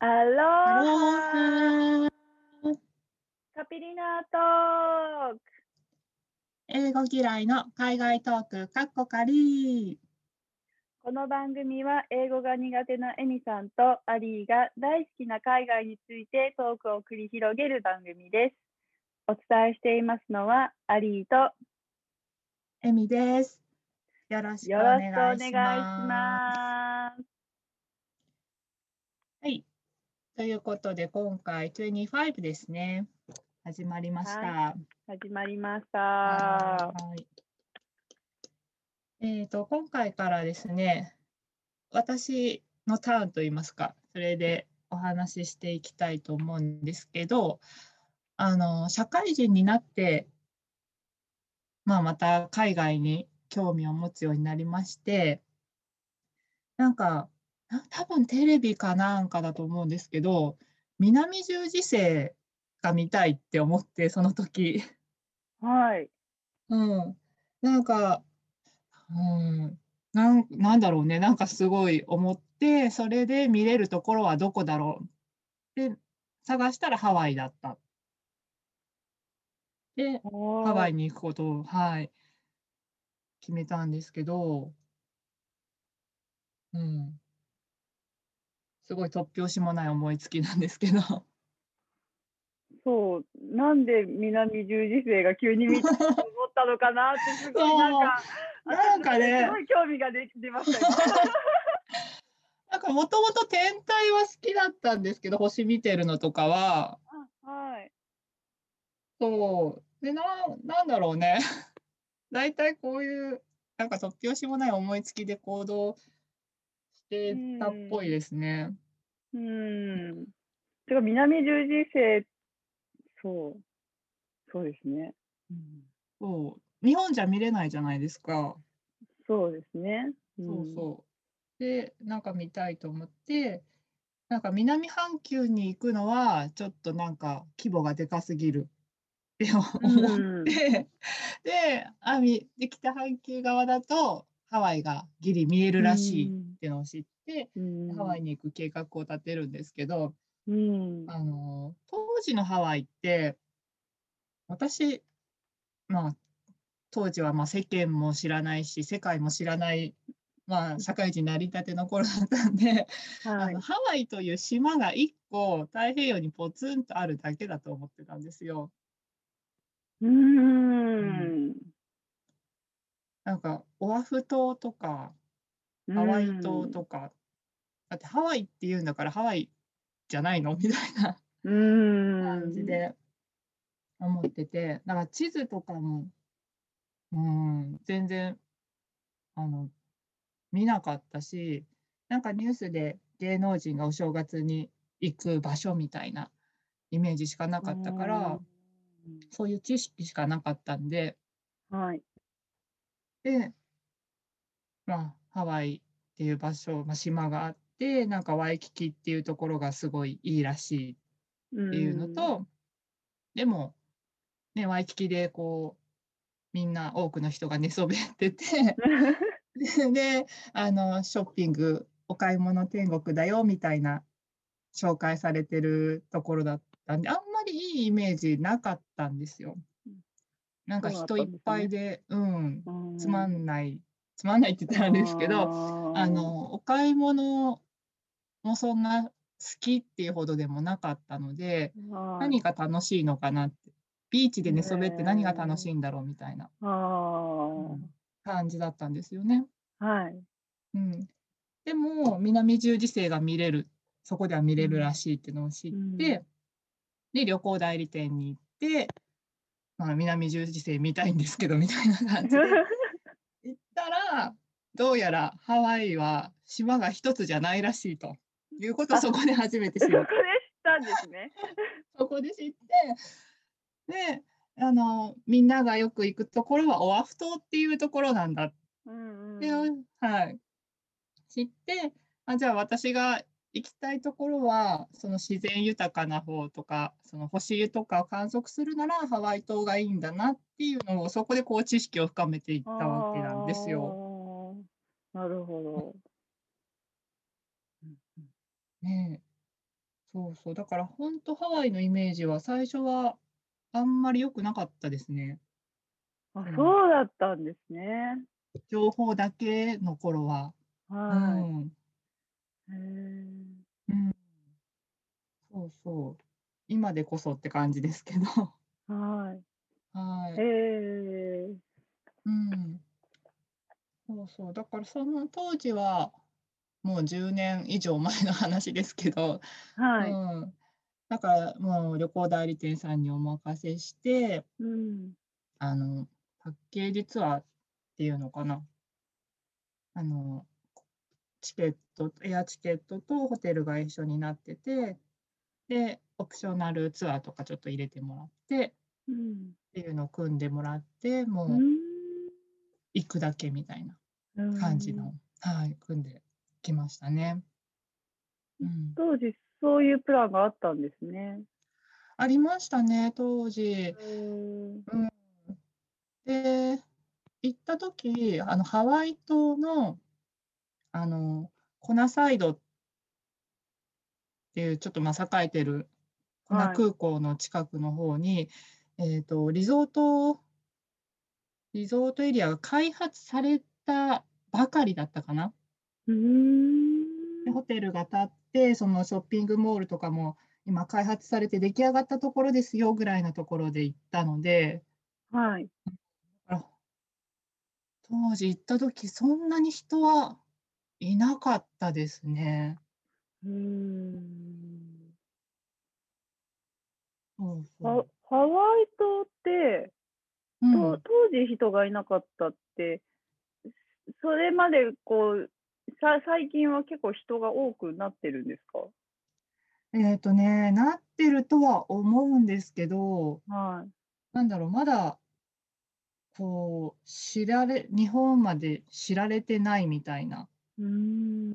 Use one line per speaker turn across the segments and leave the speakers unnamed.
アロ
アロ
ハ
ハ
カピリナトーク
英語嫌いの海外トークかっこかり
この番組は英語が苦手なエミさんとアリーが大好きな海外についてトークを繰り広げる番組です。お伝えしていますのはアリーと
えみですよろしく
よ
お
ろ
願
しくお願
い
いし
します
ます。
はいということで今回25ですね始まりました、
は始まりました。
はい。えっ、と、今回からですね、私のターンといいますか、それでお話ししていきたいと思うんですけど、あの、社会人になって、まあ、また海外に興味を持つようになりまして、なんか、な多分テレビかなんかだと思うんですけど、南十字星が見たいって思って、その時。
はい。
うん、なんか、うん、なん、なんだろうね、なんかすごい思って、それで見れるところはどこだろう。で、探したらハワイだった。で、ハ
ハ
ワイ。に行くことを、はい、決めたんですけど、うん、すごい突拍子もない思いつきなんですけど。
そう。なんで南十字星が急に見思ったのかなってすごいなん か。
なんかね
すごい興味ができ出ましたよ。
なんかもともと天体は好きだったんですけど、星見てるのとかは、
はい。
そう。で、な、なんだろうね。 大体こういう、なんか突拍子もない思いつきで行動してたっぽいですね。
うん。てか南十字星、そう。そうですね。うん、
そう。日本じゃ見れないじゃないですか。
そうですね。
そうそう。で、なんか見たいと思って、なんか南半球に行くのは、ちょっとなんか規模がでかすぎるって思
うん。う
っ
ん
で、で、あみ、で、北半球側だと、ハワイがギリ見えるらしいっていうのを知って、
うん
ハワイに行く計画を立てるんですけど、
うん。
あの、当時のハワイって、私、まあ、当時はまあ世間も知らないし、世界も知らない、まあ、社会人成り立ての頃だったんで、
は
あ
い
の。ハワイという島が1個太平洋にポツンとあるだけだと思ってたんですよ。
うん。
なんか、オアフ島とか、ハワイ島とか、だってハワイって言うんだからハワイじゃないのみたいな
うん。
感じ。で思ってて、だから地図とかも、うん、全然、あの、見なかったし、なんかニュースで芸能人がお正月に行く場所みたいなイメージしかなかったから、そういう知識しかなかったんで、
うん。はい。
で、まあ、ハワイっていう場所、まあ、島があって、なんかワイキキっていうところがすごいいいらしいっ
って
いうの、と、でも、ね、ワイキキでこう、みんな多くの人が寝そべってて、 で、あの、ショッピング、お買い物天国だよみたいな紹介されてるところだったんで、あんまりいいイメージなかったんですよ
うん。
なんか
そうだっ
人
た
い
ん
っ
ですね
ぱいで、うん、つま
うん
ない、つまんないって言ったらあれですけど、
ど
あ、の、お買い物もそんな好きっていうほどでもなかったので、何
何
が楽しいのかなって、ビーチで寝そべって何が楽しいんだろうみたいな
あー
感じだったんですよね。
はい。
うん、でも、南十字星が見れる、そこでは見れるらしいっていうのを知って、
うん
で、旅行代理店に行って、まあ、南十字星見たいんですけど、みたいな感 じで。行ったら、どうやらハワイは島が一つじゃないらしいということを
あ
そこで初めて
そ
知
こで知
る
っ。たんですね。
そこで知って、で、あの、みんながよく行くところはオアフ島っていうところなんだっ
うんうん
て、はい。知って、あ、じゃあ私が行きたいところは、その自然豊かな方とか、その星とかを観測するならハワイ島がいいんだなっていうのを、そこでこう知識を深めていったわけなんですよ。
あー。なるほど。
ねえそうそう。だから本当ハワイのイメージは最初はあんまり良くなかったですね。
あ
うん
そうだったんですね。
情報だけの頃は。う
は
ん。
い。へー
うん。そうそう。今でこそって感じですけど。
はい。
は
え
い。うん。そうそう。だからその当時はもう10年以上前の話ですけど、
ー、はい。
うん、だからもう旅行代理店さんにお任せして
うん。
あのパッケージツアーっていうのかなあのチケットエアチケットとホテルが一緒になっててでオプショナルツアーとかちょっと入れてもらって
うん。
っていうのを組んでもらっても
う
うん行くだけみたいな感じの、はい、組んできましたね。うん、
当時そういうプランがあったんですね。
ありましたね当時。
うん
で、行った時、あのハワイ島の、あの、コナサイドっていう、ちょっとまあ栄えてる、コナ
はい
空港の近くの方に、えっと、リゾート、リゾートエリアが開発されたばかりだったかな。
うん。
でホテルが建って、そのショッピングモールとかも、今開発されて出来上がったところですよぐらいのところで行ったので、
はい。
あ当時行った時そんなに人はいなかったですね。
うん。
そうそ
は
う
ハワイ島って、
うん
と当時人がいなかったって、それまでこう、さ最近は結構人が多くなってるんですか
えっ、とねなってるとは思うんですけど
はい。
なんだろうまだこう知られ日本まで知られてないみたいな
うーん。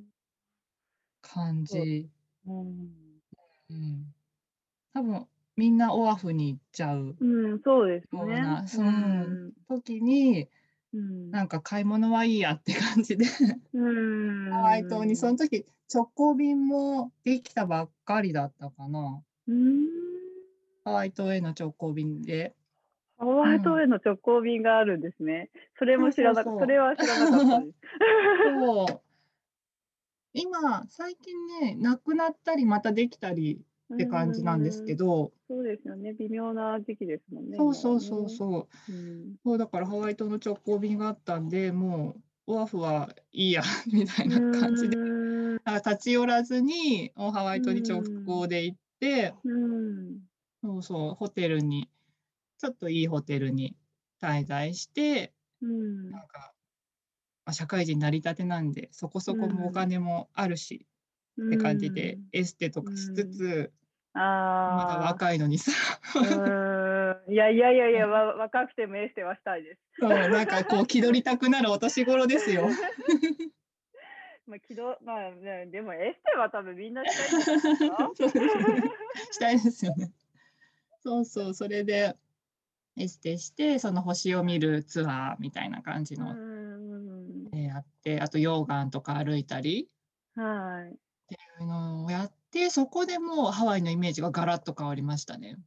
感
そう
じ。
うん、
うん、多分みんなオアフに行っちゃう
うん、そうです
そう
ね
な。そう
うん。
時に
うん。
なんか買い物はいいやって感じで。
うん
ハワイ島にその時直行便もできたばっかりだったかな
うん。
ハワイ島への直行便で
ハワイ島への直行便があるんですね。それも知らなか
そう
っ
そうそう
た。それは知らなかったです。
そう今最近ねなくなったりまたできたりって感じなんですけ
ど。
ど
そうですよね。微妙な時期ですもんね。
そうそうそう
う。
そう
うん
そうだからハワイ島の直行便があったんでもうオアフはいいやみたいな 感じで
うん
なんか立ち寄らずにもうハワイ島に直行で行って
うん。
そうそうホテルにちょっといいホテルに滞在して
うん。
なんか、まあ、社会人なりたてなんで、そこそこもお
うん
金もあるし、って感じで、エステとかしつつ、
うん。
まだ
ああ。
若いのにさ、
うんいやいやいやいや、わ若くてもエステはしたいです。
そうなんかこう、気取りたくなるお年頃ですよ。
まあ、気ど、まあ、ねでもエステは多分みんなしたいんじゃないですか。
そうですよねしたいですよね。そうそう、それで、エステして、その星を見るツアーみたいな感じ
うん。
の、えーやって、あと溶岩とか歩いたり、
はい。
そういうのをやって、そこでもうハワイのイメージがガラッと変わりましたね。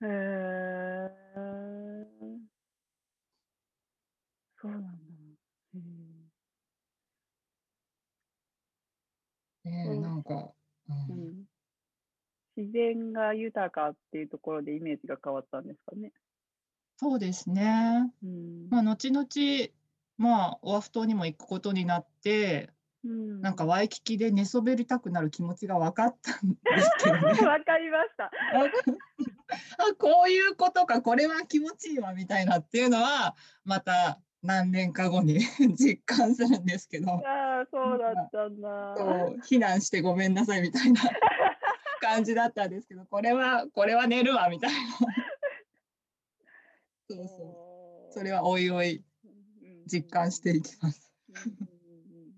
へえ。そうなんだ。うん
ね
う
え、
ん
なんか、
う
うん
ん自然が豊かっていうところでイメージが変わったんですかね。
そうですね。
うん
まあ、後々、まあ、オアフ島にも行くことになって、
な
なんかワイキキで寝そべりたくなる気持ちが分かったんですけ ど
わ
ね。
かりました。
あ、こういうことか、これは気持ちいいわ、みたいなっていうのは、また何年か後に 実感するんですけど、
ああ、そうだったんだ。
こう避難してごめんなさいみたいな感じだったんですけど、これは、これは寝るわ、みたいな。そうそう。
う
それはおいおい実感していきます。
うんうんうん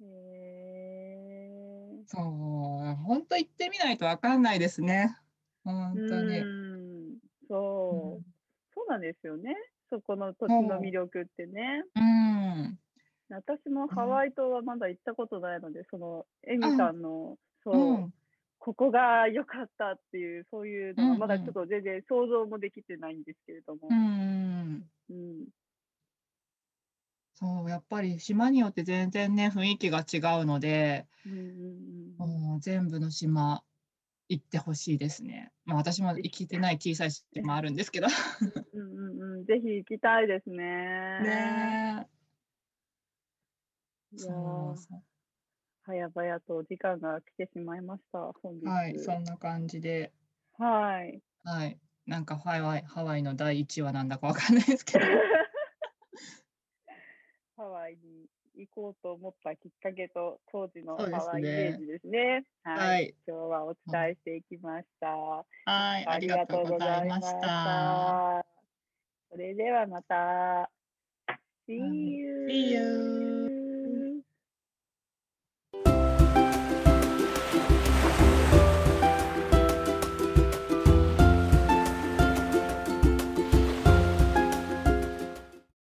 うん。へえ。
そう、本当行ってみないとわかんないですね。本当に。
うんそうう。そうなんですよね。そこの土地の魅力ってね。
うん。
私もハワイ島はまだ行ったことないので、そのエミさんの、そうう、
ん。
ここが良かったっていうそういうの
うんう
は
ん
まだちょっと全然想像もできてないんですけれども
う、ん
うん
そうやっぱり島によって全然ね雰囲気が違うので
うんうんうんうん
もう全部の島行ってほしいですね。まあ私も行きてない小さい島あるんですけど。
うんうんうん、ぜひ行きたいですね。
ねえ
いや
そ
ー
うそ
早々とお時間が来てしまいました、本日。
うはいそんな感じで
はい。
はいなんかハワイハワイの第1話なんだかわかんないですけど。
ハワイに行こうと思ったきっかけと、当時のハ
そ
ワイ
うですね
イメージですね。はい、
はい
今日はお伝えしていきました。
はいありがとうございまし
ありがとうご
た。
ざいましたそれではまた。See
See you.